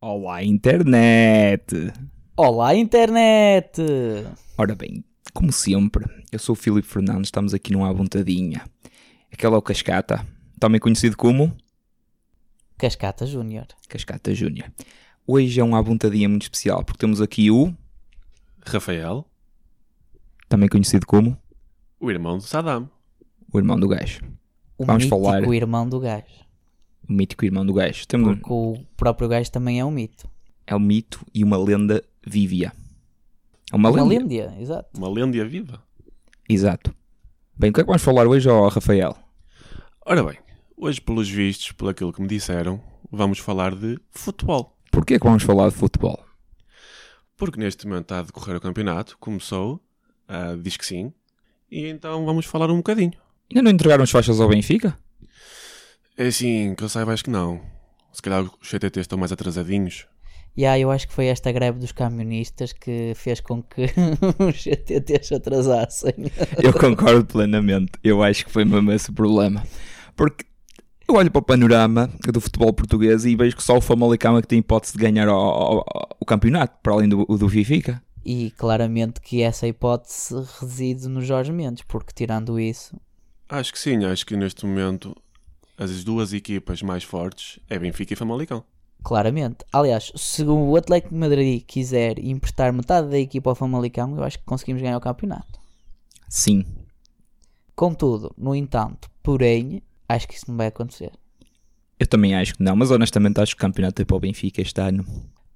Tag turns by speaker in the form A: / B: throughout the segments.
A: Olá, internet!
B: Olá, internet!
A: Ora bem, como sempre, eu sou o Filipe Fernandes, estamos aqui numa abontadinha. Aquela é o Cascata, também conhecido como
B: Cascata Júnior.
A: Cascata Júnior. Hoje é uma abontadinha muito especial, porque temos aqui o,
C: Rafael,
A: também conhecido como,
C: o irmão do Saddam.
A: o irmão do gajo.
B: O
A: Vamos
B: mítico
A: falar.
B: irmão do gajo.
A: O mítico irmão do gajo. Temos, um,
B: Porque o próprio gajo também é um mito.
A: é um mito e uma lenda vívia. É uma,
B: Uma
A: lenda.
B: lêndia, exato.
C: Uma lenda viva.
A: Exato. Bem, o que é que vamos falar hoje, ó Rafael?
C: Ora bem, hoje, pelos vistos, pelo aquilo que me disseram, vamos falar de futebol.
A: Porquê é que vamos falar de futebol?
C: Porque neste momento está a decorrer o campeonato, começou, ah, diz que sim, e então vamos falar um bocadinho.
A: Ainda não entregaram as faixas ao Benfica?
C: É assim, que eu saiba, acho que não. Se calhar os CTT estão mais atrasadinhos.
B: E ah, eu acho que foi esta greve dos camionistas que fez com que os GTTs se atrasassem.
A: Eu concordo plenamente. Eu acho que foi mesmo esse o problema. Porque eu olho para o panorama do futebol português e vejo que só o Famalicão é que tem hipótese de ganhar o, o- o campeonato, para além do, do Benfica.
B: E claramente que essa hipótese reside no Jorge Mendes, porque tirando isso,
C: Acho que sim, acho que neste momento as duas equipas mais fortes é Benfica e Famalicão.
B: claramente. Aliás, se o Atlético de Madrid quiser emprestar metade da equipa ao Famalicão, eu acho que conseguimos ganhar o campeonato.
A: Sim.
B: Contudo, no entanto, porém, acho que isso não vai acontecer.
A: Eu também acho que não, mas honestamente acho que o campeonato é para o Benfica este ano.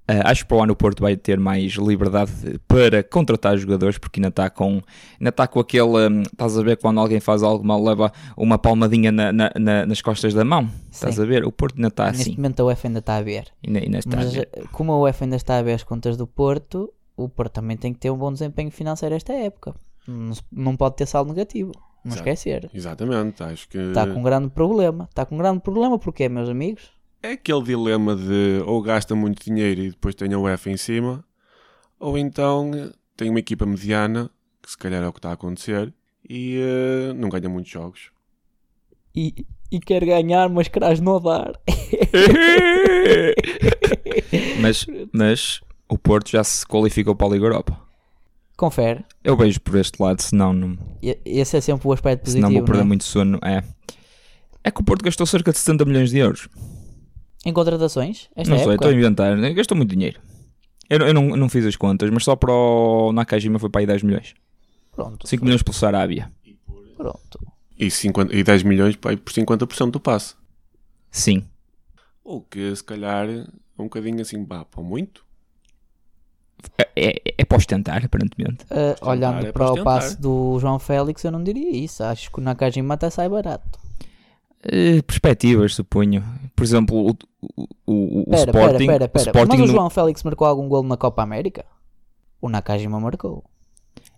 A: Ah, acho que para o ano o Porto vai ter mais liberdade para contratar jogadores, porque ainda está com, ainda está com aquele. hum, Estás a ver quando alguém faz algo mal, leva uma palmadinha na- na- na- nas costas da mão? Estás
B: Sim.
A: a ver? O Porto ainda está
B: Neste
A: assim.
B: momento a UEFA ainda está a ver.
A: Ainda, ainda está a
B: Mas
A: ver.
B: eh, como a UEFA ainda está a ver as contas do Porto, o Porto também tem que ter um bom desempenho financeiro esta época. Não, se- não pode ter saldo negativo. Não
C: Exato.
B: esquecer.
C: Exatamente, acho que.
A: Eh,
B: Está com um grande problema. Está com um grande problema porque, meus amigos,
C: É aquele dilema de ou gasta muito dinheiro e depois tem a UEFA em cima, ou então eh, tem uma equipa mediana, que se calhar é o que está a acontecer, e eh, não ganha muitos jogos.
B: e, e quer ganhar, mas querás não dar.
A: Mas, mas o Porto já se qualificou para a Liga Europa.
B: Confere.
A: Eu vejo por este lado, senão, não,
B: E- Esse é sempre o aspecto positivo.
A: senão vou perder
B: não é?
A: muito sono. É. é que o Porto gastou cerca de 70 milhões de euros.
B: Em contratações, esta
A: não sei,
B: época.
A: estou a inventar. né, Gastou muito dinheiro. Eu, não- eu não, não fiz as contas, mas só para o Nakajima foi para aí 10 milhões.
B: Pronto.
A: 5 milhões pelo Sarabia.
B: Pronto.
C: E, 50, e 10 milhões pá, por 50% do passe.
A: Sim.
C: O que se calhar é um bocadinho assim, pá, pá, muito.
A: É, é, é para ostentar, aparentemente.
B: Ah,
C: tentar,
B: olhando
C: é
B: para o
C: tentar.
B: passo do João Félix, eu não diria isso. Acho que o Nakajima até sai barato.
A: Eh, perspectivas, suponho. Por exemplo, o, o, o, o
B: Pera, pera,
A: Sporting.
B: pera,
A: o
B: pera.
A: Sporting
B: Mas
A: não-
B: o João Félix marcou algum golo na Copa América? O Nakajima marcou.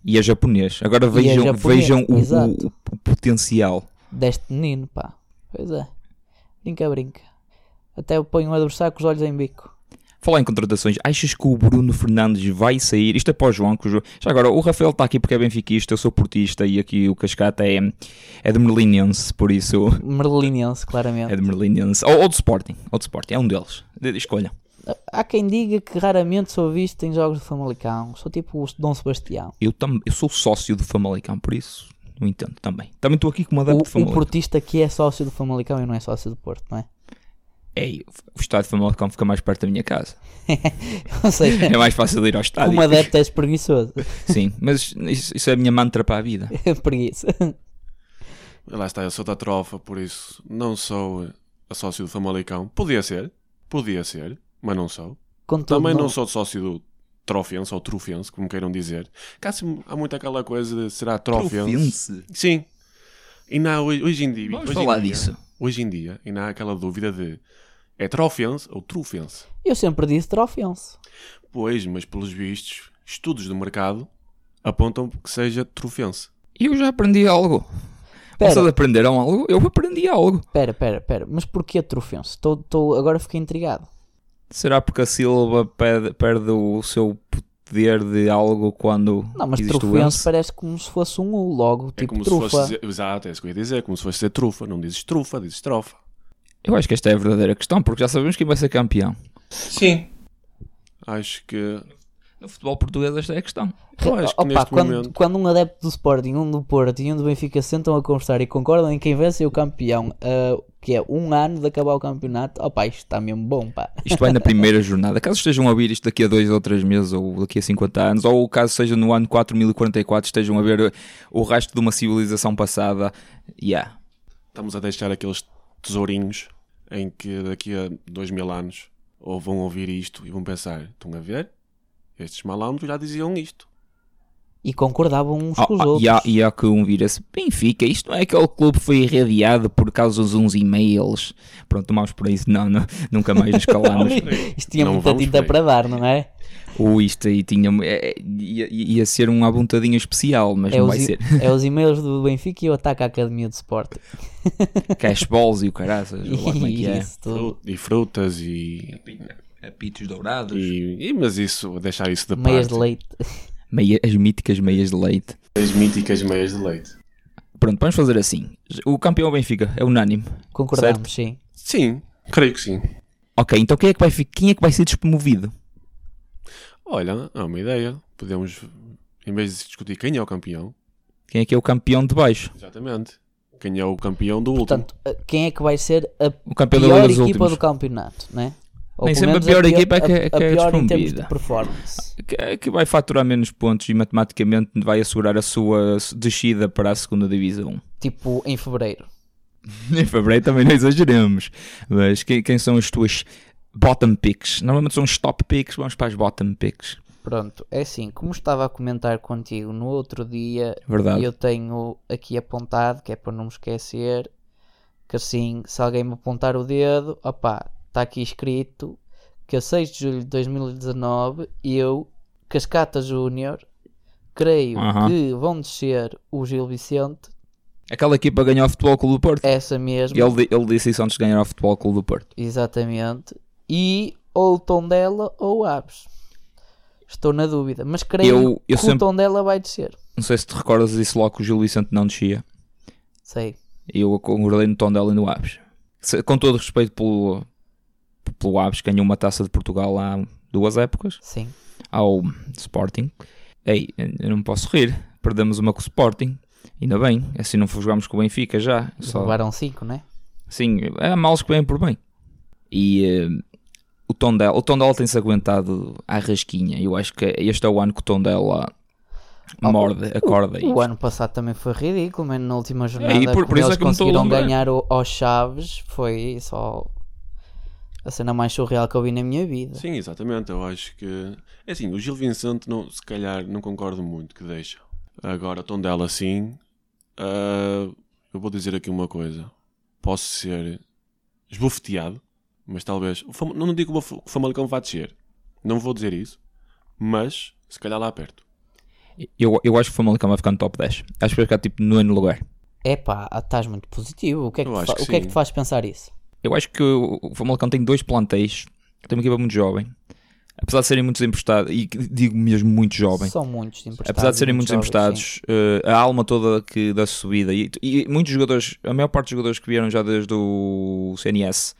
A: E é japonês. Agora
B: E é
A: vejam,
B: japonês,
A: vejam o- o,
B: exato.
A: o potencial.
B: Deste menino, pá. Pois é. Brinca, brinca. Até eu ponho um adversário com os olhos em bico.
A: Falar em contratações, achas que o Bruno Fernandes vai sair? Isto é para o João. Que o João... Já agora, o Rafael está aqui porque é benfiquista, eu sou portista e aqui o Cascata é, é de Merlinense, por isso
B: Merlinense, claramente.
A: é de Merlinense. Ou, ou de Sporting, ou de Sporting, é um deles. De- Escolham.
B: Há quem diga que raramente sou visto em jogos de Famalicão. Sou tipo o Dom Sebastião.
A: Eu, tam... eu sou sócio do Famalicão, por isso, no entanto, também. Também estou aqui como adepto do
B: O, o
A: Famalicão.
B: portista que é sócio do Famalicão e não é sócio do Porto, não é?
A: Ei, o estádio do Famalicão fica mais perto da minha casa.
B: Ou seja,
A: É mais fácil ir ao estádio.
B: como adepto és preguiçoso. É
A: Sim, mas isso, isso é a minha mantra para a vida.
B: Preguiça.
C: Lá está, eu sou da trofa, por isso não sou eh, a sócio do Famalicão. Podia ser, podia ser, mas não sou.
B: Contudo,
C: Também não sou sócio do Trofiense ou Trufiense, como queiram dizer. Cá se- há muito aquela coisa de será Trofiense.
A: Ofense.
C: Sim. E não, hoje, hoje em dia.
A: Vamos
C: hoje em
A: falar
C: dia-
A: disso.
C: Hoje em dia, ainda há aquela dúvida de é Trofiense ou Trufiense.
B: Eu sempre disse trofense.
C: Pois, mas pelos vistos, estudos do mercado apontam que seja Trufiense.
A: E eu já aprendi algo.
B: Pera.
A: Vocês aprenderam algo? Eu aprendi algo.
B: Pera, pera, pera. Mas porquê trofense? Tô, tô, agora fiquei intrigado.
A: Será porque a sílaba perde, perde o seu poder de algo quando
B: Não, mas
A: existe o
B: trofense
A: ense?
B: parece como se fosse um U, logo,
C: é
B: tipo
C: como se
B: trufa.
C: fosse. dizer- Exato, é isso que eu ia dizer. Como se fosse dizer trufa. Não dizes trufa, dizes trofa.
A: Eu acho que esta é a verdadeira questão, porque já sabemos quem vai ser campeão.
C: Sim. Acho que.
A: No futebol português esta é a questão.
C: Eu acho que
B: Opa,
C: neste
B: quando,
C: momento.
B: quando um adepto do Sporting, um do Porto e um do Benfica sentam a conversar e concordam em quem vence é o campeão, ah, que é um ano de acabar o campeonato, opa, isto está mesmo bom, pá.
A: Isto vai na primeira jornada. Caso estejam a ouvir isto daqui a dois ou três meses, ou daqui a 50 anos, ou caso seja no ano 4044, estejam a ver o resto de uma civilização passada. Yeah.
C: Estamos a deixar aqueles tesourinhos em que daqui a dois mil anos ou vão ouvir isto e vão pensar: estão a ver? Estes malandros já diziam isto.
B: E concordavam uns
A: Ah,
B: com os
A: ah,
B: outros.
A: e, há, e há que um vira-se: Benfica, isto não é aquele clube que foi irradiado por causa de uns e-mails. Pronto, vamos por isso. Não, não nunca mais nos calamos.
B: Isto tinha
C: Não
B: muita
C: vamos
B: tinta
C: por aí.
B: para dar, não é?
A: Ou isto aí tinha, é, é, ia, ia ser um abuntadinho especial, mas
B: É
A: não
B: os,
A: vai
B: e-
A: ser.
B: é os e-mails do Benfica e o ataque à Academia de Sporting.
A: Cashballs e o caraças. ou lá como é que é.
B: Isso tudo.
C: Fru- E frutas e.
A: Apitos dourados.
C: e- e- mas isso, deixar isso de
B: Meias de
C: parte.
B: leite.
A: Meia- as míticas meias de leite.
C: As míticas meias de leite.
A: Pronto, vamos fazer assim. O campeão é o Benfica, é unânime.
B: Concordamos, sim.
C: Sim, creio que sim.
A: Ok, então quem é que vai, fi- quem é que vai ser despromovido?
C: Olha, é uma ideia. Podemos, em vez de discutir quem é o campeão,
A: Quem é que é o campeão de baixo?
C: exatamente, quem é o campeão do último.
B: Portanto, quem é que vai ser a
A: O campeão da Liga
B: pior
A: dos
B: equipa
A: Últimos.
B: do campeonato, né? Ou
A: Nem
B: pelo
A: sempre a
B: menos
A: pior equipa é que-
B: a-
A: é que
B: a
A: é
B: pior em termos de
A: desprovida.
B: performance.
A: Que, que vai faturar menos pontos e matematicamente vai assegurar a sua descida para a segunda divisão.
B: Tipo, em fevereiro.
A: Em fevereiro também não exageramos. Mas que- quem são as tuas bottom picks? Normalmente são os top picks, vamos para as bottom picks.
B: Pronto, é assim, como estava a comentar contigo no outro dia,
A: Verdade.
B: eu tenho aqui apontado, que é para não me esquecer, que assim, se alguém me apontar o dedo, opá, está aqui escrito que a 6 de julho de 2019, eu, Cascata Júnior, creio
A: Aham.
B: que vão descer o Gil Vicente,
A: Aquela equipa ganhou o Futebol Clube do Porto.
B: essa mesma,
A: Ele, ele disse isso antes de ganhar ao Futebol Clube do Porto.
B: exatamente, e ou o Tondela ou o Aves. Estou na dúvida, mas creio
A: Eu- eu
B: que
A: sempre-
B: o Tondela vai descer.
A: Não sei se te recordas disso logo que o Gil Vicente não descia.
B: Sei.
A: E eu concordei no tom dela e no Aves. Se- com todo o respeito pelo, pelo Aves, que ganhou uma taça de Portugal há duas épocas,
B: Sim.
A: ao Sporting. Ei, eu não posso rir. Perdemos uma com o Sporting. Ainda bem, assim não jogámos com o Benfica já. Só,
B: Levaram 5, né?
A: sim, há males que vêm por bem. E eh, o tom dela, o tom dela tem-se aguentado à rasquinha. Eu acho que este é o ano que o tom dela
B: Ah,
A: morde, acorda. e-
B: O ano passado também foi ridículo, mano. Na última jornada,
A: por- por
B: como
A: isso
B: eles
A: É é que me estou a
B: conseguiram
A: lembrar.
B: ganhar o- aos Chaves, foi só a cena mais surreal que eu vi na minha vida.
C: Sim, exatamente. Eu acho que. É assim, o Gil Vicente, não, se calhar, não concordo muito que deixa. Agora, o tom dela, sim. Ah, eu vou dizer aqui uma coisa. Posso ser esbofeteado, mas talvez. o Fama- Não digo que o Famalicão vá descer. Não vou dizer isso. Mas, se calhar, lá perto.
A: Eu, eu acho que o Famalicão vai ficar no top 10. Acho que vai ficar tipo no nono lugar.
B: Epá, estás muito positivo. O que é que,
C: Eu
B: te,
C: acho
B: fa-
C: que
B: o que é
C: sim.
B: que te faz pensar isso?
A: Eu acho que o o Famalicão tem dois plantéis. Tem uma equipa muito jovem. Apesar de serem muitos emprestados, e que- digo mesmo muito jovem.
B: São muitos emprestados.
A: Apesar de serem
B: e
A: muitos
B: jovens,
A: emprestados, eh, a alma toda que da subida e, e muitos jogadores, a maior parte dos jogadores que vieram já desde o CNS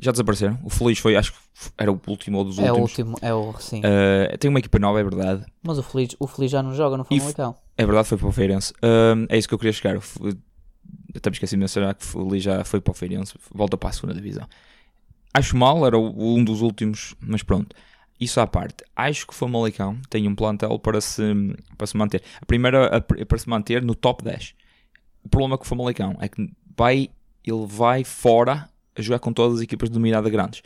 A: já desapareceram. O Feliz foi, acho que era o último ou dos
B: sim. É o
A: últimos.
B: último, é o sim.
A: Eh, tem uma equipa nova, é verdade.
B: Mas o Feliz, o Feliz já não um joga no
A: E f-
B: Famalicão.
A: É verdade, foi para o Feirense. Ahm, é isso que eu queria chegar. F- Até me esqueci de mencionar que o Lee já foi para o Feirense, volta para a segunda divisão. Acho mal, era o- um dos últimos, mas pronto. Isso à parte, acho que o Famalicão tem um plantel para se, para se manter. A primeira a pr- para se manter no top 10. O problema com o Famalicão é que vai, ele vai fora a jogar com todas as equipas de mirada grandes.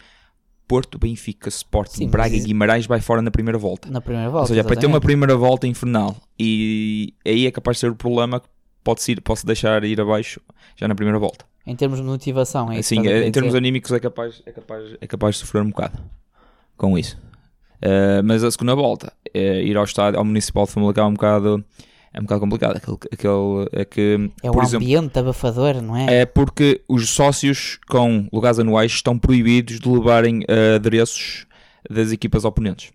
A: Porto, Benfica, Sporting,
B: Sim, mas
A: Braga e
B: isso-
A: Guimarães vai fora na primeira volta.
B: Tá Na primeira volta.
A: Ou seja, para ter uma
B: exatamente.
A: primeira volta infernal e aí é capaz de ser o problema que pode ir, posso deixar ir abaixo já na primeira volta.
B: Em termos de motivação, é isso
A: assim,
B: que estás a
A: em termos
B: dizer.
A: anímicos é capaz, é, capaz, é capaz de sofrer um bocado com isso. Eh, mas a segunda volta, eh, ir ao estádio, ao Municipal de Famalicão é um bocado, é um bocado complicado. Aquele, aquele, é que,
B: É o
A: por exemplo,
B: ambiente abafador, não é?
A: é porque os sócios com lugares anuais estão proibidos de levarem eh, adereços das equipas oponentes.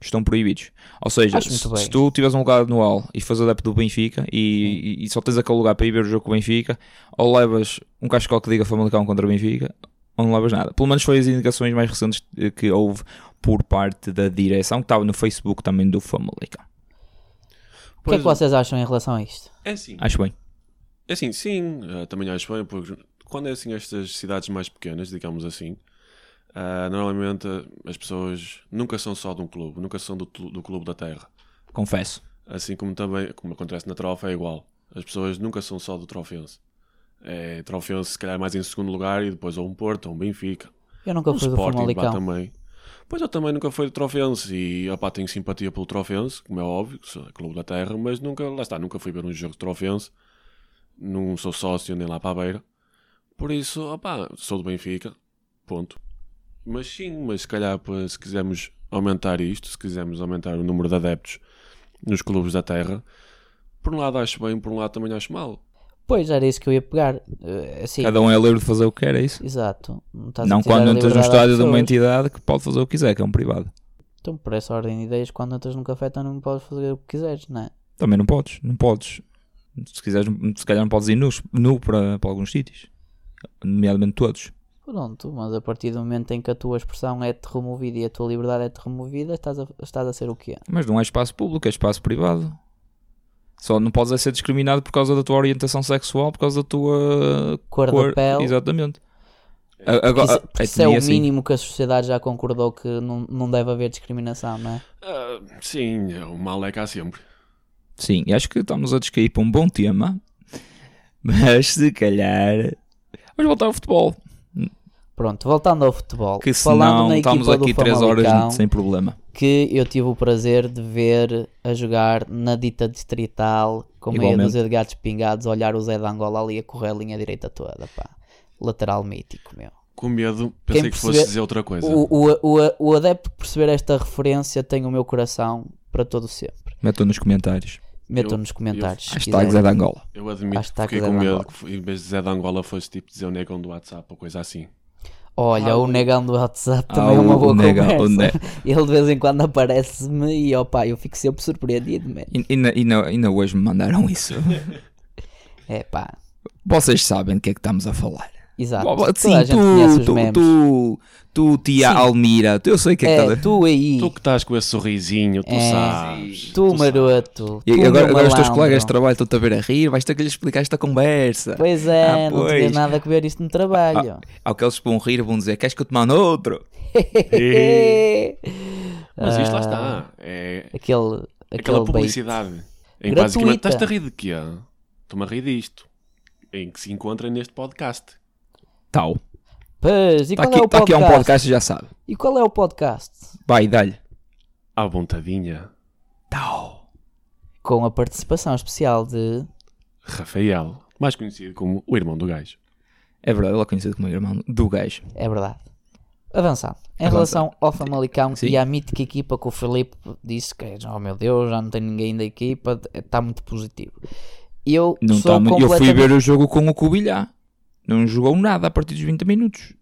A: Estão proibidos. Ou seja,
B: Acho muito
A: se,
B: bem.
A: se tu tiveres um lugar anual e fores adepto do Benfica e, e- e só tens aquele lugar para ir ver o jogo com o Benfica, ou levas um cachecol que diga Famalicão contra o Benfica, ou não levas nada. Pelo menos foi as indicações mais recentes eh, que houve por parte da direção que estava no Facebook também do Famalicão.
B: O que é que
C: Pois-
B: vocês acham em relação a isto?
C: É assim.
A: Acho bem.
C: É assim, sim, eh, também acho bem, porque quando é assim estas cidades mais pequenas, digamos assim, ah, normalmente eh, as pessoas nunca são só de um clube, nunca são do, tu- do clube da terra.
A: Confesso.
C: Assim como também, como acontece na trofa, é igual. As pessoas nunca são só do trofense. É trofense, se calhar, mais em segundo lugar e depois ou um Porto, ou um Benfica.
B: Eu nunca
C: Um
B: fui do
C: Sporting, pá,
B: Famalicão.
C: também. Pois eu também nunca fui do Trofense e, opá, tenho simpatia pelo Trofense, como é óbvio, que sou clube da terra, mas nunca, lá está, nunca fui ver um jogo de Trofense. Não sou sócio nem lá para a beira. Por isso, opá, sou do Benfica, ponto. Mas sim, mas se calhar pá, se quisermos aumentar isto, se quisermos aumentar o número de adeptos nos clubes da terra, por um lado acho bem, por um lado também acho mal.
B: Pois era isso que eu ia pegar. Eh, assim,
A: Cada um é livre de fazer o que quer, é isso?
B: Exato. estás a
A: Não
B: tirar a
A: quando entras no
B: liberdade às
A: estádio de uma
B: pessoas.
A: entidade que pode fazer o que quiser, que é um privado.
B: Então, por essa ordem de ideias, quando entras num café, tu não podes fazer o que quiseres, não é?
A: Também não podes, não podes. Se quiseres, se calhar não podes ir nu, nu para, para alguns sítios. Nomeadamente todos.
B: Pronto, mas a partir do momento em que a tua expressão é-te removida e a tua liberdade é-te removida, estás a, estás a ser o que é.
A: Mas não é espaço público, é espaço privado. Só não podes é ser discriminado por causa da tua orientação sexual, por causa da tua
B: Cor da pele.
A: Exatamente. A- Agora,
B: Isso, porque isso é
A: Ah, etnia,
B: o
A: sim.
B: mínimo que a sociedade já concordou que não, não deve haver discriminação, não é?
C: Ah, sim, o mal é cá sempre.
A: Sim, acho que estamos a descair para um bom tema, mas se calhar vamos voltar ao futebol,
B: Pronto, voltando ao futebol.
A: que
B: falando
A: senão
B: na
A: estamos
B: equipa
A: aqui
B: do
A: 3
B: Famalicão,
A: horas sem problema.
B: que eu tive o prazer de ver a jogar na dita distrital, com meia
A: Igualmente.
B: dúzia de gatos pingados, olhar o Zé de Angola ali a correr a linha direita toda, pá. Lateral mítico, meu.
C: Com medo, pensei que
B: perceber-
C: fosse dizer outra coisa.
A: é.
B: O, o, o, o adepto que perceber esta referência tem o meu coração para todo sempre.
A: Metam nos comentários.
B: Metam
C: Eu-
B: nos comentários. se
A: Hashtags é
B: quiserem.
A: da Angola.
C: Eu admito
B: Hashtag
C: que fiquei
B: Zé
C: com
B: de
C: medo
B: Angola.
C: que em vez de Zé de Angola fosse tipo dizer o negão do WhatsApp ou coisa assim.
B: Olha,
C: Ah,
B: o
C: o-
B: negão do WhatsApp
A: Ah,
B: também é uma
A: o-
B: boa
A: o nega-
B: conversa.
A: o ne-
B: Ele de vez em quando aparece-me e opa, eu fico sempre surpreendido, man.
A: E- e na- e na- Ainda hoje me mandaram isso.
B: É pá,
A: Vocês sabem do que é que estamos a falar.
B: exato.
A: Bo- bo-
B: Tá. Toda
A: Sim,
B: a gente conhece
A: tu,
B: os memes.
A: tu, tu, tu, tia
B: Sim.
A: Almira, tu, eu sei o que é que
B: é,
A: estás a
B: tu aí,
C: Tu
B: tu,
C: que estás com esse sorrisinho, tu
B: É.
C: sabes.
B: maroto.
A: E
B: tu,
A: agora,
B: meu
A: agora os teus
B: um malandro.
A: colegas de trabalho estão-te a ver a rir, vais ter que lhes explicar esta conversa.
B: Pois é,
A: Ah,
B: não
A: pois.
B: tinha nada a ver isto no trabalho.
A: Ao que eles vão rir, vão dizer: Queres que eu te mande outro?
C: E-
A: é.
C: Mas isto lá está. É
B: Ah. Aquele,
C: aquela
B: aquele bait.
C: publicidade. Em que basicamente
B: Gratuita.
C: estás-te a rir de quê? Estou-me a rir disto. Em que se encontra neste podcast.
A: Tal.
B: Pois, e
A: Está
B: qual
A: aqui,
B: é o
A: tá
B: podcast?
A: aqui um podcast, já sabe.
B: E qual é o podcast?
A: Vai, dá-lhe.
C: À vontadinha,
A: Tal.
B: Com a participação especial de.
C: Rafael, mais conhecido como o irmão do gajo.
A: É verdade, ele é conhecido como irmão do gajo.
B: É verdade. Avançado. Em
A: Avançado.
B: relação ao Famalicão
A: Sim.
B: e à mítica equipa que o Felipe disse que, oh meu Deus, já não tem ninguém da equipa, está muito positivo. Eu
A: Não
B: sou
A: tá mu- Eu
B: completamente...
A: fui ver o jogo com o Cubilhá. Não jogou nada a partir dos 20 minutos.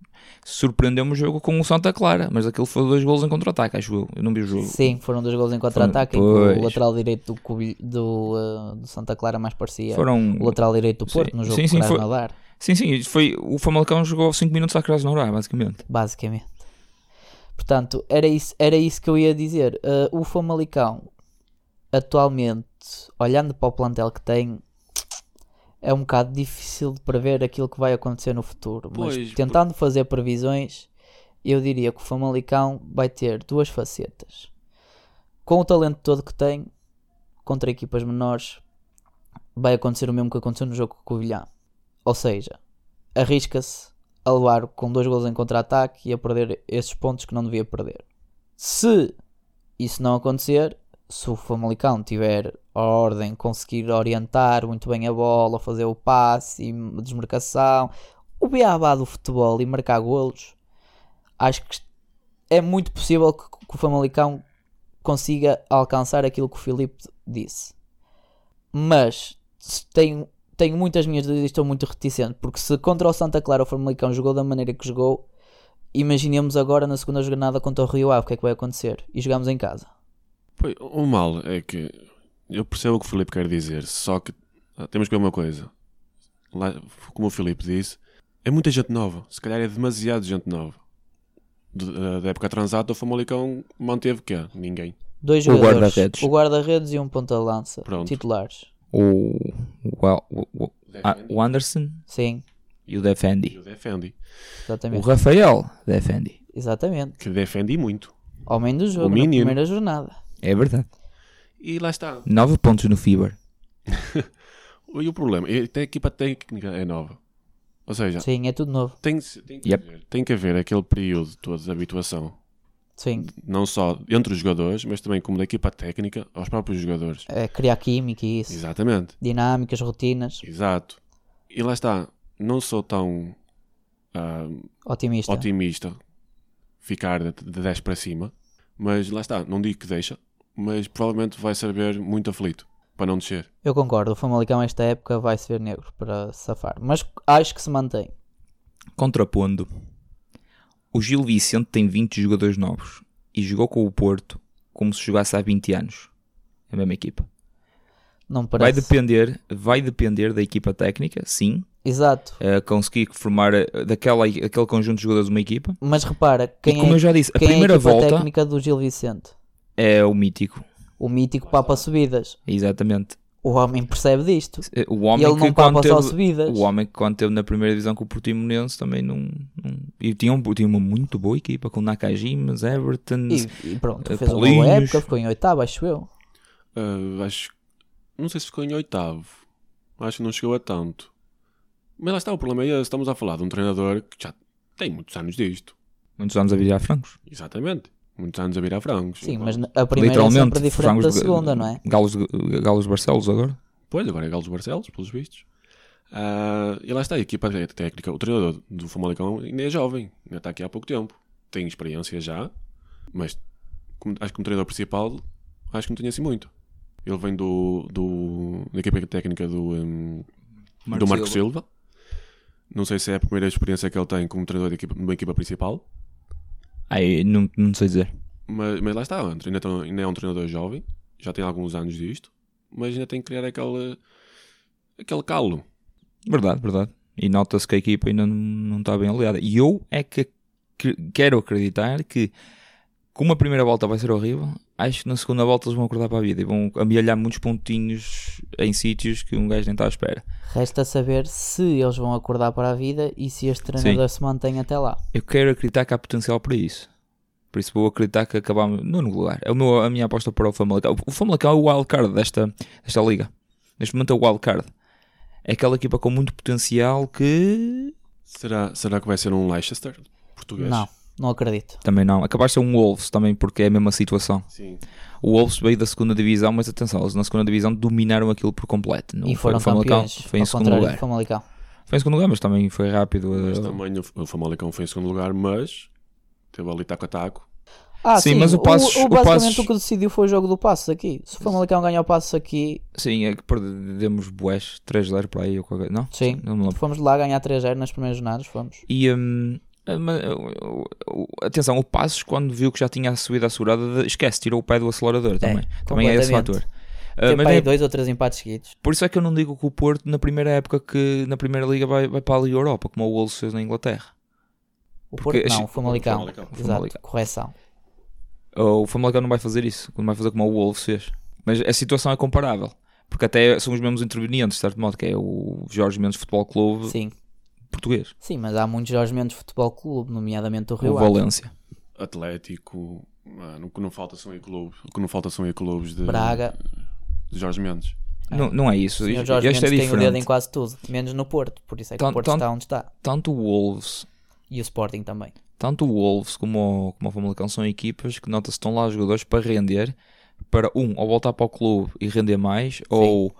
A: Surpreendeu-me o jogo com o Santa Clara, mas aquilo foi dois golos em contra-ataque, acho eu. Eu não vi o jogo.
B: Sim, foram dois gols em contra-ataque, em que
A: Pois.
B: o lateral direito do, Cubil- do, eh, do Santa Clara mais parecia
A: Foram...
B: é. o lateral direito do
A: Sim.
B: Porto no jogo
A: Sim,
B: de
A: sim, foi-
B: Krasnodar,
A: Sim, sim, foi... o Famalicão jogou 5 minutos à Krasnodar, basicamente.
B: basicamente. Portanto, era isso, era isso que eu ia dizer. Eh, o Famalicão, atualmente, olhando para o plantel que tem, é um bocado difícil de prever aquilo que vai acontecer no futuro.
C: Pois,
B: mas tentando fazer previsões, eu diria que o Famalicão vai ter duas facetas. Com o talento todo que tem, contra equipas menores, vai acontecer o mesmo que aconteceu no jogo com o Covilhã. Ou seja, arrisca-se a levar com dois gols em contra-ataque e a perder esses pontos que não devia perder. Se isso não acontecer, se o Famalicão tiver a ordem, conseguir orientar muito bem a bola, fazer o passe e a desmarcação, o beabá do futebol e marcar golos, acho que é muito possível que, que o Famalicão consiga alcançar aquilo que o Filipe disse. Mas se tenho, tenho muitas minhas dúvidas e estou muito reticente, porque se contra o Santa Clara o Famalicão jogou da maneira que jogou, imaginemos agora na segunda jornada contra o Rio Ave, o que é que vai acontecer? E jogamos em casa.
C: Pois, o mal é que eu percebo o que o Filipe quer dizer, só que ah, temos que ver uma coisa. Lá, como o Filipe disse, é muita gente nova. Se calhar é demasiado gente nova. de- da- da época transata, o Famalicão manteve quê? Ninguém.
B: Dois
A: O
B: jogadores,
A: guarda-redes.
B: o guarda-redes e um ponta-lança,
C: Pronto.
B: titulares.
A: O, o, o, o- ah, o Anderson
B: Sim,
A: e o Defendi.
C: Eu defendi.
A: O
B: exatamente.
A: Rafael Defendi.
B: Exatamente.
C: Que defendi muito.
B: Homem do jogo, na
C: menino.
B: primeira jornada.
A: É verdade.
C: E lá está.
A: 9 pontos no FIBA.
C: E o problema? E tem- A equipa técnica é nova. Ou seja,
B: Sim, é tudo novo.
C: tem, tem que
A: Yep.
C: haver, tem que haver aquele período todo de habituação.
B: Sim,
C: Não só entre os jogadores, mas também como da equipa técnica aos próprios jogadores.
B: é criar química e isso.
C: Exatamente.
B: Dinâmicas, rotinas.
C: Exato. E lá está. Não sou tão ah,
B: Otimista.
C: otimista ficar de de 10 para cima, mas lá está. Não digo que deixa, mas provavelmente vai saber muito aflito para não descer.
B: Eu concordo, o Famalicão esta época vai se ver negro para safar. Mas acho que se mantém.
A: Contrapondo. O Gil Vicente tem 20 jogadores novos e jogou com o Porto como se jogasse há 20 anos. É a mesma equipa.
B: Não
A: Vai
B: parece.
A: depender, vai depender da equipa técnica, sim.
B: Exato.
A: Eh, conseguir formar eh, daquela, aquele conjunto de jogadores uma equipa.
B: Mas repara,
A: e
B: quem
A: como
B: é,
A: eu já disse, a
B: quem é
A: primeira
B: equipa
A: volta
B: técnica do Gil Vicente?
A: é o mítico.
B: O mítico Papa Subidas.
A: Exatamente.
B: O homem percebe disto.
A: Eh, O
B: E
A: homem
B: ele
A: que
B: não
A: quando
B: papa só
A: teve-
B: subidas.
A: O homem que quando esteve na primeira divisão com o Portimonense também não. não- e tinha, um- tinha uma muito boa equipa com Nakajimas, Everton.
B: E, e pronto,
A: Eh,
B: fez uma boa
A: Paulinhos.
B: época, ficou em oitavo, acho eu.
C: Ah, acho. Não sei se ficou em oitavo. Acho que não chegou a tanto. Mas lá está. O problema é esse. Estamos a falar de um treinador que já tem muitos anos disto.
A: Muitos anos a virar francos.
C: Exatamente. Muitos anos a virar frangos.
B: Sim,
C: Então,
B: mas a primeira é
A: Literalmente.
B: sempre diferente da
A: frangos de-
B: segunda, não é?
A: Galos, de- Galos de Barcelos agora.
C: Pois, agora é Galo dos Barcelos, pelos vistos. Ah, e lá está, a equipa técnica, o treinador do Famalicão ainda é jovem, ainda está aqui há pouco tempo. Tem experiência já, mas como- acho que como treinador principal, acho que não tem assim muito. Ele vem do, do- da equipa técnica do, hum, do Marco Silva. Não sei se é a primeira experiência que ele tem como treinador de, equipa, de uma equipa principal,
A: Ai, não, não sei dizer.
C: mas, mas lá está, ainda, tão- ainda é um treinador jovem, já tem alguns anos disto, mas ainda tem que criar aquele, aquele calo.
A: Verdade, verdade. E nota-se que a equipa ainda não, não está bem aliada. E eu é que que- quero acreditar que, como a primeira volta vai ser horrível, acho que na segunda volta eles vão acordar para a vida e vão amealhar muitos pontinhos em sítios que um gajo nem está à espera.
B: Resta saber se eles vão acordar para a vida e se este treinador se mantém até lá.
A: Eu quero acreditar que há potencial para isso. Por isso vou acreditar que acabamos no nono lugar. É o meu, a minha aposta para o Famalicão. O Famalicão é o wildcard desta, desta liga. Neste momento é o wildcard. É aquela equipa com muito potencial que...
C: Será, será que vai ser um Leicester português?
B: Não, não acredito.
A: Também não. Acabaste ser um Wolves também porque é a mesma situação.
C: Sim.
A: O Wolves veio da segunda divisão, mas atenção, eles na segunda divisão dominaram aquilo por completo. Não
B: e foram
A: foi o Famalicão,
B: campeões,
A: foi em
B: ao
A: segundo
B: contrário
A: lugar.
B: do Famalicão.
A: Foi em segundo lugar, mas também foi rápido.
C: Mas
A: eh,
C: também o, o Famalicão foi em segundo lugar, mas teve ali taco a taco.
B: Ah,
A: Sim,
B: sim,
A: mas o
B: o,
A: Passos-
B: o-
A: o
B: basicamente
A: Passos-
B: o que decidiu foi o jogo do Passos aqui. Se o Famalicão ganhar o Passos aqui,
A: Sim, é que perdemos Boés 3-0 para aí ou qualquer Não?
B: Sim.
A: Não me lembro.
B: fomos lá ganhar 3-0 nas primeiras jornadas, fomos.
A: E. hum, a- ma- o- o- o- atenção, o Passos, quando viu que já tinha a subida assegurada, de- esquece, tirou o pé do acelerador também. Também é esse fator.
B: completamente.
A: Ah,
B: Tem
A: mas
B: para aí
A: é-
B: dois ou três empates seguidos.
A: por isso é que eu não digo que o Porto, na primeira época que na primeira liga, vai, vai para a Liga Europa, como o Wolves fez na Inglaterra.
B: O
A: Porque
B: Porto não,
A: achei-
B: o Famalicão.
C: Famalicão.
B: Exato,
A: Famalicão.
B: correção.
A: O Famalicão não vai fazer isso, não vai fazer como o Wolves fez. Mas a situação é comparável, porque até são os mesmos intervenientes, de certo modo, que é o Jorge Mendes Futebol Clube
B: Sim.
A: português,
B: Sim, mas há muitos Jorge Mendes Futebol Clube, nomeadamente o
A: o
B: Rio Ave.
A: Valência.
C: Atlético, mano, o que não falta são clubes. O que não falta são clubes de,
B: Braga.
C: de Jorge Mendes.
A: Não, não é isso,
B: Sim, o
A: este
B: Jorge
A: é
B: Mendes tem o dedo em
A: diferente.
B: quase tudo, menos no Porto, por isso é que
A: Tan-
B: o Porto
A: tan-
B: está onde está.
A: Tanto o Wolves,
B: E o Sporting também.
A: tanto o Wolves como o, como o Famalicão são equipas que nota-se estão lá os jogadores para render, para um, ou voltar para o clube e render mais, ou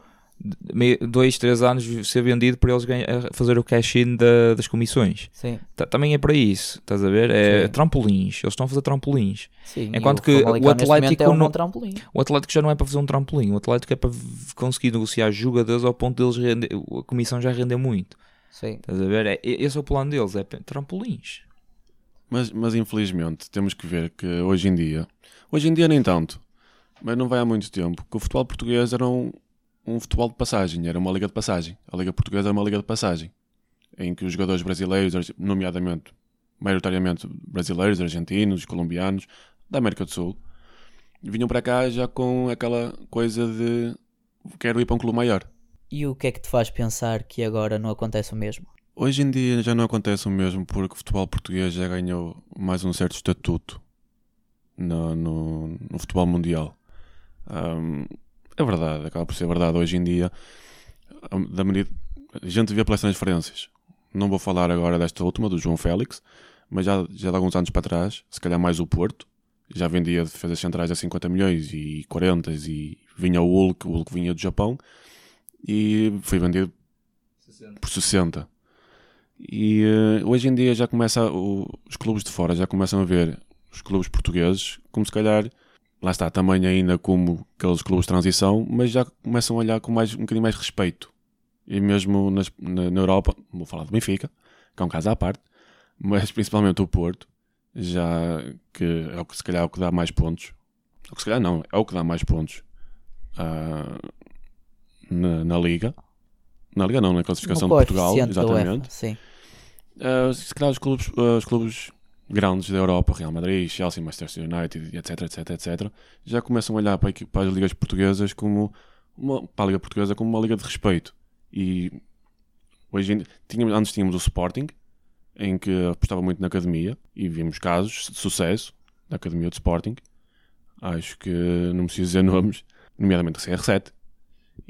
A: me- dois, três anos ser vendido para eles ganhar- fazer o cash-in da- das comissões.
B: Sim,
A: Ta- Também é para isso, estás a ver? É
B: Sim.
A: trampolins, eles estão a fazer trampolins.
B: sim.
A: Enquanto
B: e
A: que o
B: Famalicão neste momento
A: Atlético
B: é um
A: não-
B: bom trampolim.
A: O Atlético já não é para fazer um trampolim, o Atlético é para v- conseguir negociar jogadores ao ponto deles render, a comissão já render muito.
B: Sim.
A: Estás a ver? É, e- esse é o plano deles, é pe- trampolins.
C: Mas, mas infelizmente temos que ver que hoje em dia, hoje em dia nem tanto, mas não vai há muito tempo, que o futebol português era um, um futebol de passagem, era uma liga é de passagem. A liga portuguesa era uma liga de passagem, em que os jogadores brasileiros, nomeadamente maioritariamente brasileiros, argentinos, colombianos, da América do Sul, vinham para cá já com aquela coisa de quero ir para um clube maior.
B: E o que é que te faz pensar que agora não acontece o mesmo?
C: Hoje em dia já não acontece o mesmo porque o futebol português já ganhou mais um certo estatuto no, no, no futebol mundial. Ahm, é verdade, acaba por ser verdade hoje em dia. ahm, Da medida, a gente vê pelas transferências. Não vou falar agora desta última, do João Félix, mas já, já de alguns anos para trás, se calhar mais o Porto, já vendia defesas centrais a 50 milhões e 40 e vinha o Hulk, o Hulk vinha do Japão e foi vendido por 60. E eh, hoje em dia já começa o- os clubes de fora já começam a ver os clubes portugueses como se calhar lá está também ainda como aqueles clubes de transição, mas já começam a olhar com mais um bocadinho mais respeito. E mesmo nas- na, na Europa, vou falar do Benfica, que é um caso à parte, mas principalmente o Porto, já que é o que se calhar é o que dá mais pontos. É o que se calhar não, é o que dá mais pontos ah, na, na Liga. Na Liga não, na classificação
B: No
C: de Portugal,
B: coeficiente da UEFA,
C: exatamente.
B: Sim.
C: Uh, se calhar os clubes, uh, os clubes grandes da Europa, Real Madrid, Chelsea, Manchester United, etc, etc, etc, já começam a olhar para, a equi- para as ligas portuguesas como uma, para a liga portuguesa como uma liga de respeito. E hoje em, tínhamos, antes tínhamos o Sporting, em que apostava muito na academia e vimos casos de sucesso na academia do Sporting. Acho que não preciso dizer nomes, nomeadamente o CR7.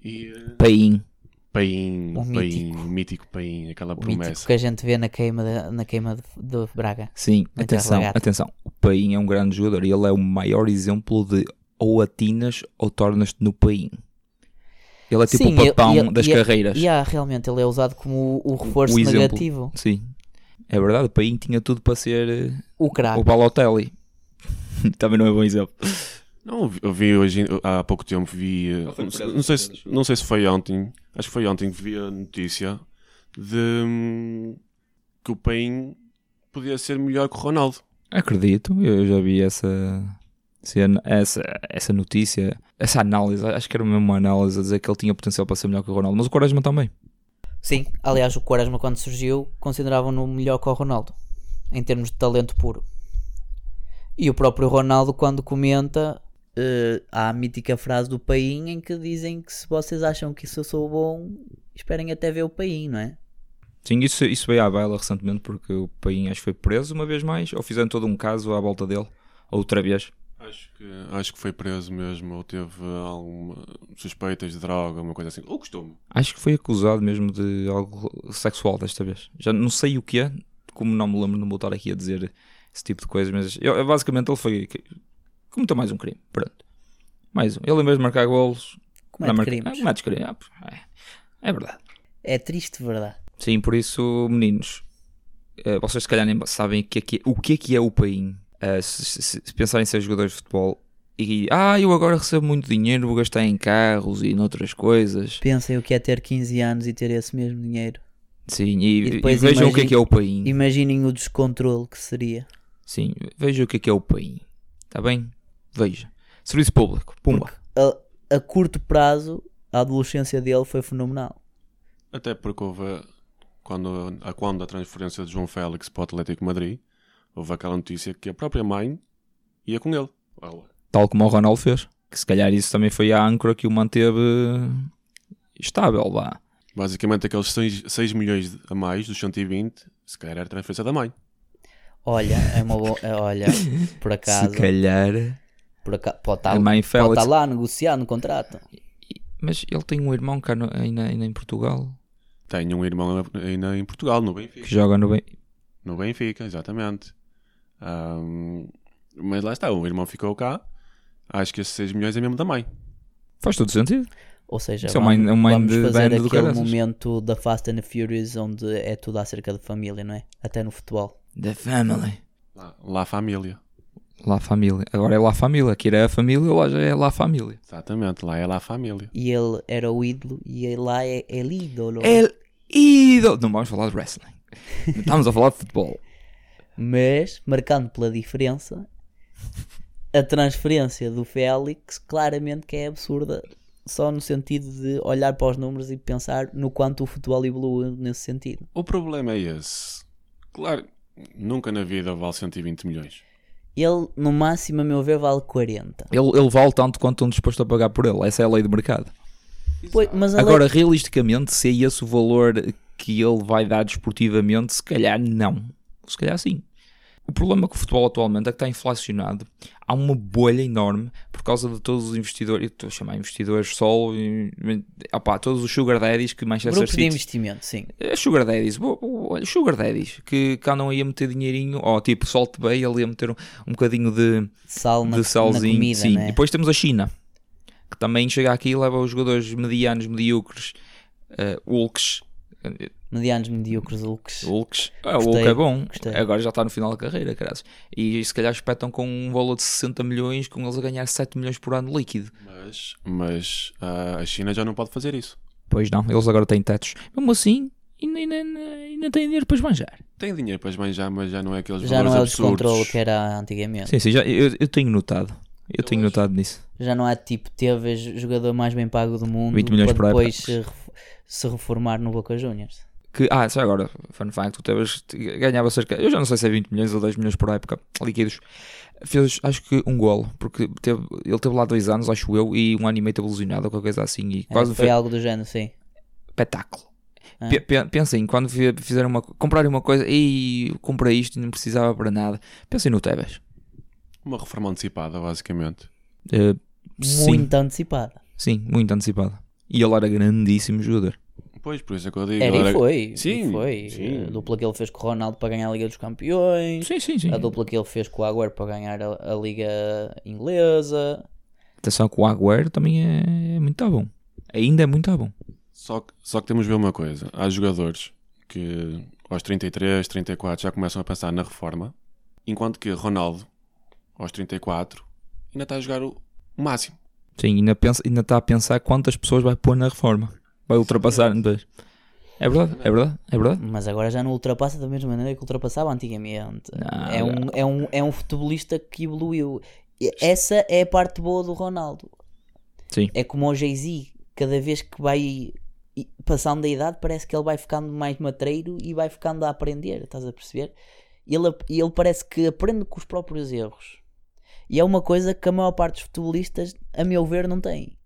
C: E uh,
A: Paim.
C: Paim,
B: O
C: Paim,
B: mítico.
C: o mítico Paim, aquela
B: O mítico
C: promessa.
B: que a gente vê na queima de, na queima de, de Braga.
A: Sim,
B: Muito
A: atenção,
B: arrogante.
A: atenção. O Paim é um grande jogador e ele é o maior exemplo de ou atinas ou tornas-te no Paim. Ele é tipo
B: Sim,
A: o
B: e-
A: papão
B: e-
A: das
B: e- é-
A: carreiras.
B: E há, realmente, ele é usado como o, o reforço
A: o exemplo.
B: negativo.
A: Sim. É verdade, o Paim tinha tudo para ser eh,
B: O
A: o
B: craque.
A: Balotelli. Também não é bom exemplo.
C: Não, eu vi- eu vi hoje, há pouco tempo, vi. eh,
A: foi
C: Não,
A: por causa
C: não sei,
A: das
C: se, não sei se foi ontem, acho que foi ontem que vi a notícia de hum, que o Pain podia ser melhor que o Ronaldo.
A: Acredito, eu já vi essa cena, essa, essa notícia, essa análise, acho que era mesmo uma análise a dizer que ele tinha potencial para ser melhor que o Ronaldo, mas o Quaresma também.
B: Sim, aliás, o Quaresma, quando surgiu, consideravam-no melhor que o Ronaldo, em termos de talento puro. E o próprio Ronaldo, quando comenta, eh, há a mítica frase do Paim em que dizem que se vocês acham que isso eu sou bom, esperem até ver o Paim, não é?
A: Sim, isso, isso veio à baila recentemente porque o Paim acho que foi preso uma vez mais, ou fizeram todo um caso à volta dele, outra vez.
C: Acho que, acho que foi preso mesmo, ou teve alguma suspeitas de droga, uma coisa assim. Ou costume.
A: Acho que foi acusado mesmo de algo sexual desta vez. Já não sei o que é, como não me lembro de não voltar aqui a dizer esse tipo de coisas, mas eu- basicamente ele foi. que- cometeu mais um crime, pronto. Mais um. Ele em vez de marcar golos,
B: Comete
A: Não, mas-
B: crimes.
A: ah, comete crimes, ah, pô, é, é verdade.
B: É triste, verdade.
A: Sim, por isso, meninos, eh, vocês se calhar nem sabem o que é que é o, que é, que é o PAIN. Eh, se, se- se pensarem em ser jogadores de futebol e ah, eu agora recebo muito dinheiro, vou gastar em carros e noutras coisas.
B: Pensem o que é ter 15 anos e ter esse mesmo dinheiro.
A: Sim, e,
B: E depois
A: e vejam o que é
B: imagine-
A: que é o PAIN.
B: Imaginem o descontrole que seria.
A: Sim, vejam o que é que é o PAIN. Está bem? Veja. Serviço público, pumba.
B: A, a curto prazo, a adolescência dele foi fenomenal.
C: Até porque houve, a- quando, a, quando a transferência de João Félix para o Atlético de Madrid, houve aquela notícia que a própria mãe ia com ele. Ela-
A: Tal como o Ronaldo fez. Que se calhar isso também foi a âncora que o manteve eh, estável, vá.
C: Basicamente, aqueles 6, milhões a mais dos 120, se calhar era a transferência da mãe.
B: Olha, é uma boa. é, Olha, por acaso.
A: Se calhar
B: Por aca- Pode
A: a
B: estar,
A: mãe
B: pode
A: Félix.
B: estar lá a negociar no contrato.
A: Mas ele tem um irmão cá no- ainda, ainda em Portugal
C: Tenho um irmão ainda em Portugal, no Benfica.
A: que joga no bem.
C: No Benfica, exatamente. Ahm, mas lá está, o irmão ficou cá. Acho que esses 6 milhões é mesmo da mãe.
A: Faz todo sentido.
B: Ou seja,
A: Isso é um
B: vamos,
A: mind- é um mind
B: vamos fazer
A: band do
B: aquele
A: caraças.
B: momento da Fast and the Furious onde é tudo acerca de família, não é? Até no futebol.
A: Da family.
C: Lá, lá a família.
A: Lá família. Agora é lá família. Aqui era a família, lá já é lá família.
C: Exatamente, lá é lá a família.
B: E ele era o ídolo e ele lá é el ídolo.
A: El ídolo. Não vamos falar de wrestling. Estamos a falar de futebol.
B: Mas, marcando pela diferença, a transferência do Félix claramente que é absurda. Só no sentido de olhar para os números e pensar no quanto o futebol evoluiu nesse sentido.
C: O problema é esse. Claro, Nunca na vida vale 120 milhões.
B: Ele, no máximo, a meu ver, vale 40.
A: Ele, ele vale tanto quanto estão disposto a pagar por ele. Essa é a lei do mercado.
B: Pois, mas a
A: Agora,
B: lei-
A: realisticamente, se é esse o valor que ele vai dar desportivamente, se calhar não. Se calhar sim. O problema com o futebol atualmente é que está inflacionado. Há uma bolha enorme por causa de todos os investidores. Eu estou a chamar investidores solo. e- opá, todos os Sugar Daddies que Manchester
B: Grupos de
A: City.
B: investimento, sim.
A: É Sugar Daddies, bo- bo- olha, Sugar Daddies, que, que andam aí a meter dinheirinho, ou tipo Salt Bay, ali a meter um, um bocadinho de,
B: Sal na,
A: de salzinho.
B: na comida,
A: sim.
B: né?
A: E depois temos a China, que também chega aqui e leva os jogadores medianos, medíocres, eh, Hulks. eh,
B: Medianos, medíocres, looks.
A: Hulks. Ah, o
B: Gostei,
A: Hulk é bom,
B: gostei.
A: agora já está no final da carreira, caras. E se calhar espetam com um valor de 60 milhões, com eles a ganhar 7 milhões por ano líquido.
C: Mas, mas ah, a China já não pode fazer isso.
A: Pois não, eles agora têm tetos. Mesmo assim, ainda, ainda, ainda têm dinheiro para esbanjar.
C: Tem dinheiro para esbanjar, mas já não é aqueles
B: Já
C: valores
B: não é o
C: absurdos.
B: descontrole que era antigamente.
A: Sim, sim, já, eu, eu tenho notado. Eu tenho notado nisso.
B: Já não há tipo, teve jogador mais bem pago do mundo
A: 20 milhões por
B: para depois
A: época.
B: se, ref- se reformar no Boca Juniors.
A: Que, ah, só agora, fun fact, o Tebas ganhava cerca, eu já não sei se é 20 milhões ou 10 milhões por época, líquidos. Fez, acho que um golo, porque teve- ele teve lá dois anos, acho eu, e um ano e meio teve lesionado, ou qualquer coisa assim, e
B: É,
A: quase
B: foi
A: foi
B: algo do género, sim.
A: espetáculo.
B: Ah.
A: Pe- pe- Pensem, quando fi- fizeram uma, comprarem uma coisa, e comprei isto e não precisava para nada. Pensem no Tebas.
C: Uma reforma antecipada, basicamente.
A: Eh, sim,
B: Muito antecipada.
A: sim, muito antecipado. E ele era grandíssimo jogador.
C: Pois, por isso é que eu digo.
B: Era
C: agora-
B: e foi.
C: Sim,
B: e foi.
C: sim.
B: A dupla que ele fez com o Ronaldo para ganhar a Liga dos Campeões.
A: Sim, sim, sim.
B: A dupla que ele fez com o Agüero para ganhar a, a Liga Inglesa.
A: Atenção que o Agüero também é, é muito bom. Ainda é muito bom.
C: Só que, só que temos de ver uma coisa. Há jogadores que aos 33, 34 já começam a pensar na reforma, enquanto que Ronaldo, aos 34, ainda está a jogar o o máximo.
A: Sim, ainda, pensa, ainda está a pensar quantas pessoas vai pôr na reforma. Vai ultrapassar depois. É verdade, é verdade, é verdade.
B: Mas agora já não ultrapassa da mesma maneira que ultrapassava antigamente.
A: Não,
B: é, um, é, um, é um futebolista que evoluiu. E Essa é a parte boa do Ronaldo.
A: Sim.
B: É como o Jay-Z. Cada vez que vai i- passando da idade, parece que ele vai ficando mais matreiro e vai ficando a aprender. Estás a perceber? Ele, ap- ele parece que aprende com os próprios erros. E é uma coisa que a maior parte dos futebolistas, a meu ver, não tem.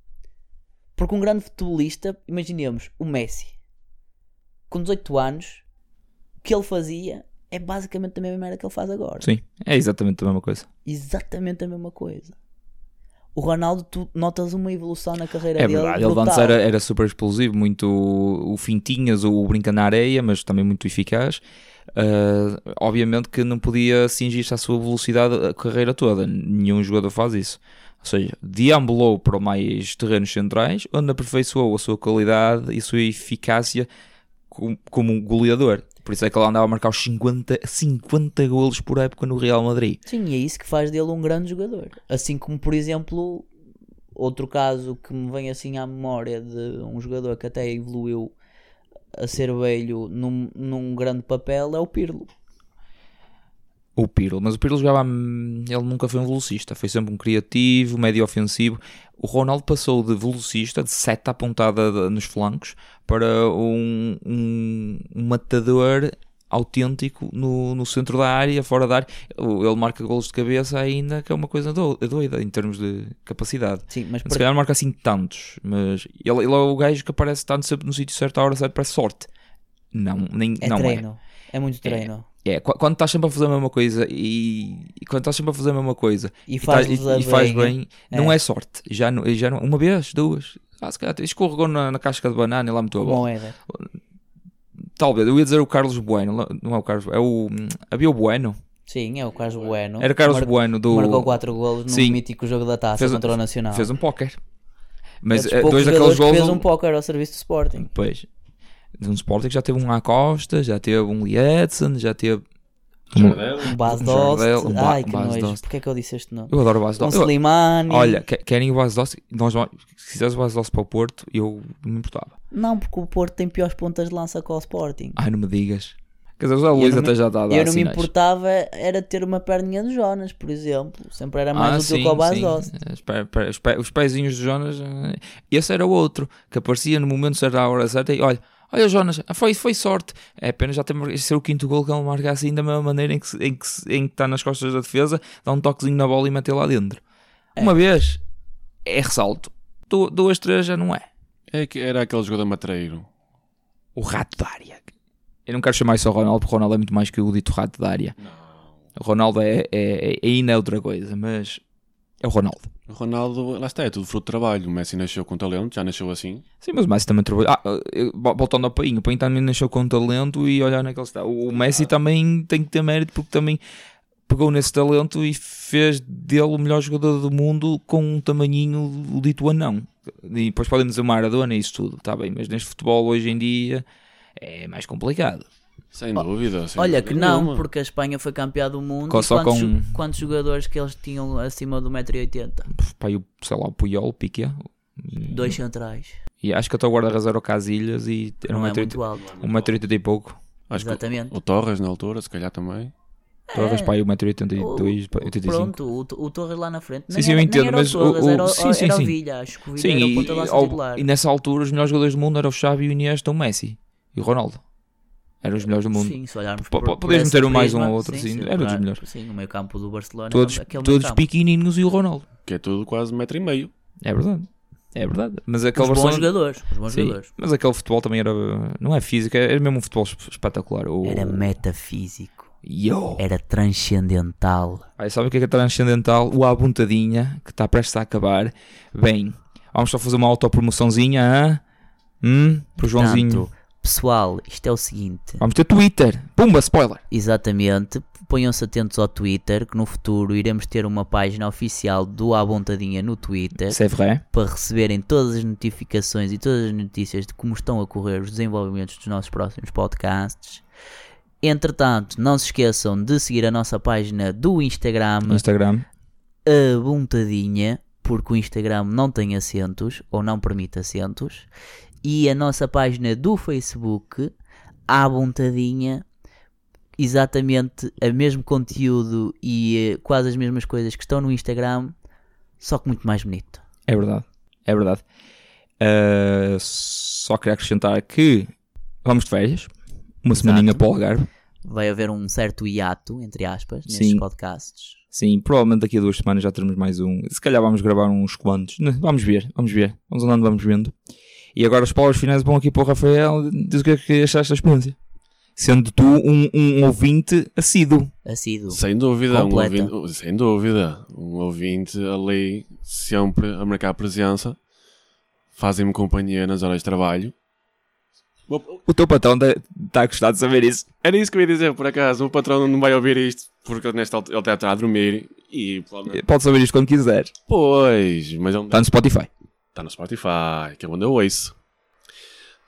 B: Porque um grande futebolista, imaginemos, o Messi, com 18 anos, o que ele fazia é basicamente a mesma merda que ele faz agora.
A: Sim, é exatamente a mesma coisa.
B: Exatamente a mesma coisa. O Ronaldo, tu notas uma evolução na carreira
A: É
B: dele.
A: verdade, ele
B: brutal.
A: antes era, era super explosivo, muito o fintinhas, o brinca na areia, mas também muito eficaz. Ah, obviamente que não podia cingir-se à sua velocidade a carreira toda, nenhum jogador faz isso. Ou seja, deambulou para mais terrenos centrais, onde aperfeiçoou a sua qualidade e a sua eficácia com- como um goleador. Por isso é que ele andava a marcar os 50, 50 golos por época no Real Madrid.
B: Sim, e é isso que faz dele um grande jogador. Assim como, por exemplo, outro caso que me vem assim à memória de um jogador que até evoluiu a ser velho num, num grande papel é o Pirlo.
A: O Pirlo, mas o Pirlo jogava. hum, Ele nunca foi um velocista, foi sempre um criativo, médio ofensivo. O Ronaldo passou de velocista, de seta apontada de- nos flancos, para um, um- um matador autêntico no, no centro da área, fora da área. O- Ele marca golos de cabeça ainda, que é uma coisa do- doida em termos de capacidade.
B: Sim, mas
A: Se
B: para...
A: calhar não marca assim tantos, mas ele, ele é o gajo que aparece tanto sempre no sítio certo, à hora certa, parece sorte. Não, nem,
B: é
A: não é.
B: treino. É. muito treino.
A: É, qu- quando estás sempre a fazer a mesma coisa e, e quando estás sempre a fazer a mesma coisa
B: E
A: e, tás-
B: faz,
A: e- e faz bem, não
B: É.
A: é sorte. Já não, já não- uma vez, duas, ah, se calhar escorregou na, na casca de banana e lá meteu a bola.
B: Bom, é. Éder.
A: Talvez, eu ia dizer o Carlos Bueno, lá- não é o Carlos, é o. hum, Havia o Bueno,
B: Sim, é o Carlos Bueno.
A: era Carlos
B: Marcou-
A: Bueno do.
B: Marcou 4 golos no
A: Sim.
B: mítico jogo da taça
A: Fez um-
B: contra o Nacional.
A: Fez um póquer.
B: É
A: Mas
B: dos
A: eh,
B: poucos
A: dois daqueles
B: jogadores que
A: gols. Um
B: Fez um póquer ao serviço do Sporting. Um
A: Pois. De um Sporting que já teve um Acosta, já teve um Lietzen, já teve.
B: Um
A: Um
B: Basdost.
A: Jardel, um Ba-
B: Ai, que
A: Bas
B: nojo.
A: Dost.
B: Porquê é que eu disse este nome?
A: Eu adoro o Vasco.
B: Um
A: Eu-
B: Slimani.
A: Olha, que- querem o Vasdoce? Nós vamos- se quiseres o Vasdoce para o Porto, eu não me importava.
B: Não, porque o Porto tem piores pontas de lança que o Sporting.
A: Ai, não me digas. Quer dizer, o Zé Luís
B: não
A: até
B: me-
A: já está a dar
B: eu não me
A: sinais.
B: importava era ter uma perninha de Jonas, por exemplo. Sempre era mais
A: Ah,
B: útil
A: sim,
B: que o
A: sim. É,
B: Basdost.
A: Os pé- pé- Os, pé- os pezinhos de Jonas. eh, Esse era o outro, que aparecia no momento certo, à hora certa, e olha, Olha, Jonas, foi, foi sorte. É apenas já temos esse é o quinto gol que ele marca assim, da mesma maneira em que, se- em, que, se- em que está nas costas da defesa, dá um toquezinho na bola e mete lá dentro. Uma vez é ressalto, Du- duas, três já não é.
C: É que era aquele jogador matreiro.
A: O rato da área. Eu não quero chamar isso ao Ronaldo, porque o Ronaldo é muito mais que o dito rato da área. O Ronaldo é, é, é, ainda é outra coisa, mas é o Ronaldo.
C: O Ronaldo, lá está, é tudo fruto de trabalho. O Messi nasceu com talento, já nasceu assim.
A: Sim, mas o Messi também trabalhou. Ah, eh, vo- voltando ao Painho, o Painho também nasceu com talento e olhar naquele está. O o Messi também tem que ter mérito porque também pegou nesse talento e fez dele o melhor jogador do mundo com um tamanhinho dito anão. E depois podem dizer Maradona e isso tudo, está bem, mas neste futebol hoje em dia é mais complicado.
C: Sem dúvida. sem
B: Olha
C: dúvida
B: que não,
C: nenhuma.
B: porque a Espanha foi campeã do mundo.
A: Com-
B: e
A: só
B: quantos,
A: com- um-
B: jo- quantos jogadores que eles tinham acima do 1,80m?
A: Pai, o- sei lá, o Puyol, o Piqué.
B: Dois centrais.
A: E acho que até o guarda-reserva era o Casilhas e era
B: Não,
A: um
B: é
A: metro,
B: muito alto.
A: um metro e oitenta e pouco.
C: Acho que o-
B: Exatamente.
C: o Torres na altura, se calhar também.
A: Torres, pai, 1,82m,
B: É. O-
A: 85
B: Pronto, o, o Torres lá na frente.
A: Sim,
B: Nem
A: sim, eu
B: era- nem
A: entendo,
B: era
A: mas o-
B: Torres,
A: o-
B: era,
A: sim, sim,
B: era
A: sim.
B: o Villa, acho que o Villa
A: Sim,
B: era o
A: e,
B: ponta de lança
A: ao-
B: titular.
A: e nessa altura os melhores jogadores do mundo eram o Xavi, o Iniesta, o Messi e o Ronaldo. Eram os melhores do mundo.
B: Sim, se olharmos
A: Po-
B: por,
A: po-
B: por
A: podias
B: esse
A: meter um mais um
B: prisma,
A: ou outro, sim, era dos
B: claro.
A: melhores.
B: Sim, o meio campo do Barcelona.
A: todos
B: aquele
A: todos
B: meio-campo.
A: pequenininhos e o Ronaldo.
C: Que é tudo quase metro e meio.
A: É verdade. É verdade. Mas
B: Os
A: aquele
B: bons
A: Barcelona-
B: jogadores. Os bons
A: Sim,
B: jogadores.
A: mas aquele futebol também era. Não é físico, era mesmo um futebol esp- espetacular. O...
B: Era metafísico.
A: Yo!
B: Era transcendental.
A: Aí sabe o que é que é transcendental? O Abuntadinha, que está prestes a acabar. Bem, vamos só fazer uma autopromoçãozinha, hã? Hum? Pro Joãozinho.
B: Portanto, pessoal, isto é o seguinte.
A: Vamos ter Twitter. Pumba, spoiler!
B: Exatamente. Ponham-se atentos ao Twitter, que no futuro iremos ter uma página oficial do Abontadinha no Twitter.
A: C'est vrai.
B: para receberem todas as notificações e todas as notícias de como estão a correr os desenvolvimentos dos nossos próximos podcasts. Entretanto, não se esqueçam de seguir a nossa página do Instagram,
A: No Instagram.
B: Abuntadinha, porque o Instagram não tem acentos ou não permite acentos, e a nossa página do Facebook, Abuntadinha, exatamente o mesmo conteúdo e eh, quase as mesmas coisas que estão no Instagram, só que muito mais bonito.
A: É verdade. É verdade. Ah, só queria acrescentar que vamos de férias. Uma semaninha para o Algarve.
B: vai haver um certo hiato, entre aspas, nestes
A: Sim.
B: podcasts.
A: Sim, provavelmente daqui a duas semanas já teremos mais um. Se calhar vamos gravar uns quantos. Né, Vamos ver, vamos ver. Vamos andando, vamos vendo. E agora as palavras finais vão aqui para o Rafael. Diz o que é que achaste da experiência. Sendo tu um, um ouvinte assíduo.
B: Assíduo.
C: Sem dúvida. Um
B: Completa.
C: ouvinte, sem dúvida. Um ouvinte ali, sempre a marcar presença. Fazem-me companhia nas horas de trabalho.
A: O teu patrão está a gostar de saber isso.
C: Era isso que eu ia dizer, por acaso. O patrão não vai ouvir isto, porque nesta altura ele deve estar a dormir. E, provavelmente-
A: Pode saber isto quando quiser.
C: Pois, mas ele
A: Está no Spotify.
C: Está no Spotify, que é onde eu ouço.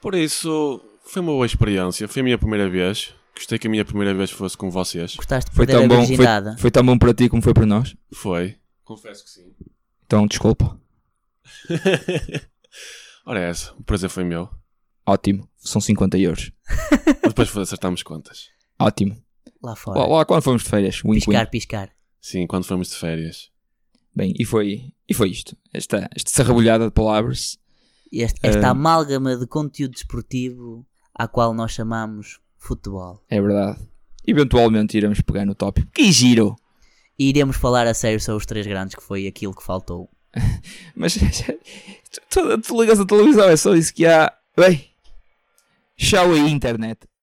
C: Por isso, foi uma boa experiência. Foi a minha primeira vez. Gostei que a minha primeira vez fosse com vocês.
B: Gostaste de
A: Foi tão,
B: perder a
A: bom, foi,
B: virgindade?
A: foi tão bom para ti como foi para nós.
C: Foi. Confesso que sim.
A: Então, desculpa.
C: Ora, é essa. O prazer foi meu.
A: Ótimo. São 50 euros.
C: Depois acertámos contas.
A: Ótimo.
B: Lá fora.
A: Lá, lá quando fomos de férias, wink
B: piscar,
A: wink.
B: piscar.
C: Sim, quando fomos de férias.
A: Bem, e foi, e foi isto. Esta, esta sarrabulhada de palavras.
B: Este- esta amálgama de conteúdo desportivo à qual nós chamamos futebol.
A: É verdade. Eventualmente iremos pegar no tópico. Que giro!
B: E iremos falar a sério sobre os três grandes, que foi aquilo que faltou.
A: Mas tu, tu- tu ligas a televisão, é só isso que há. Bem, tchau aí, internet.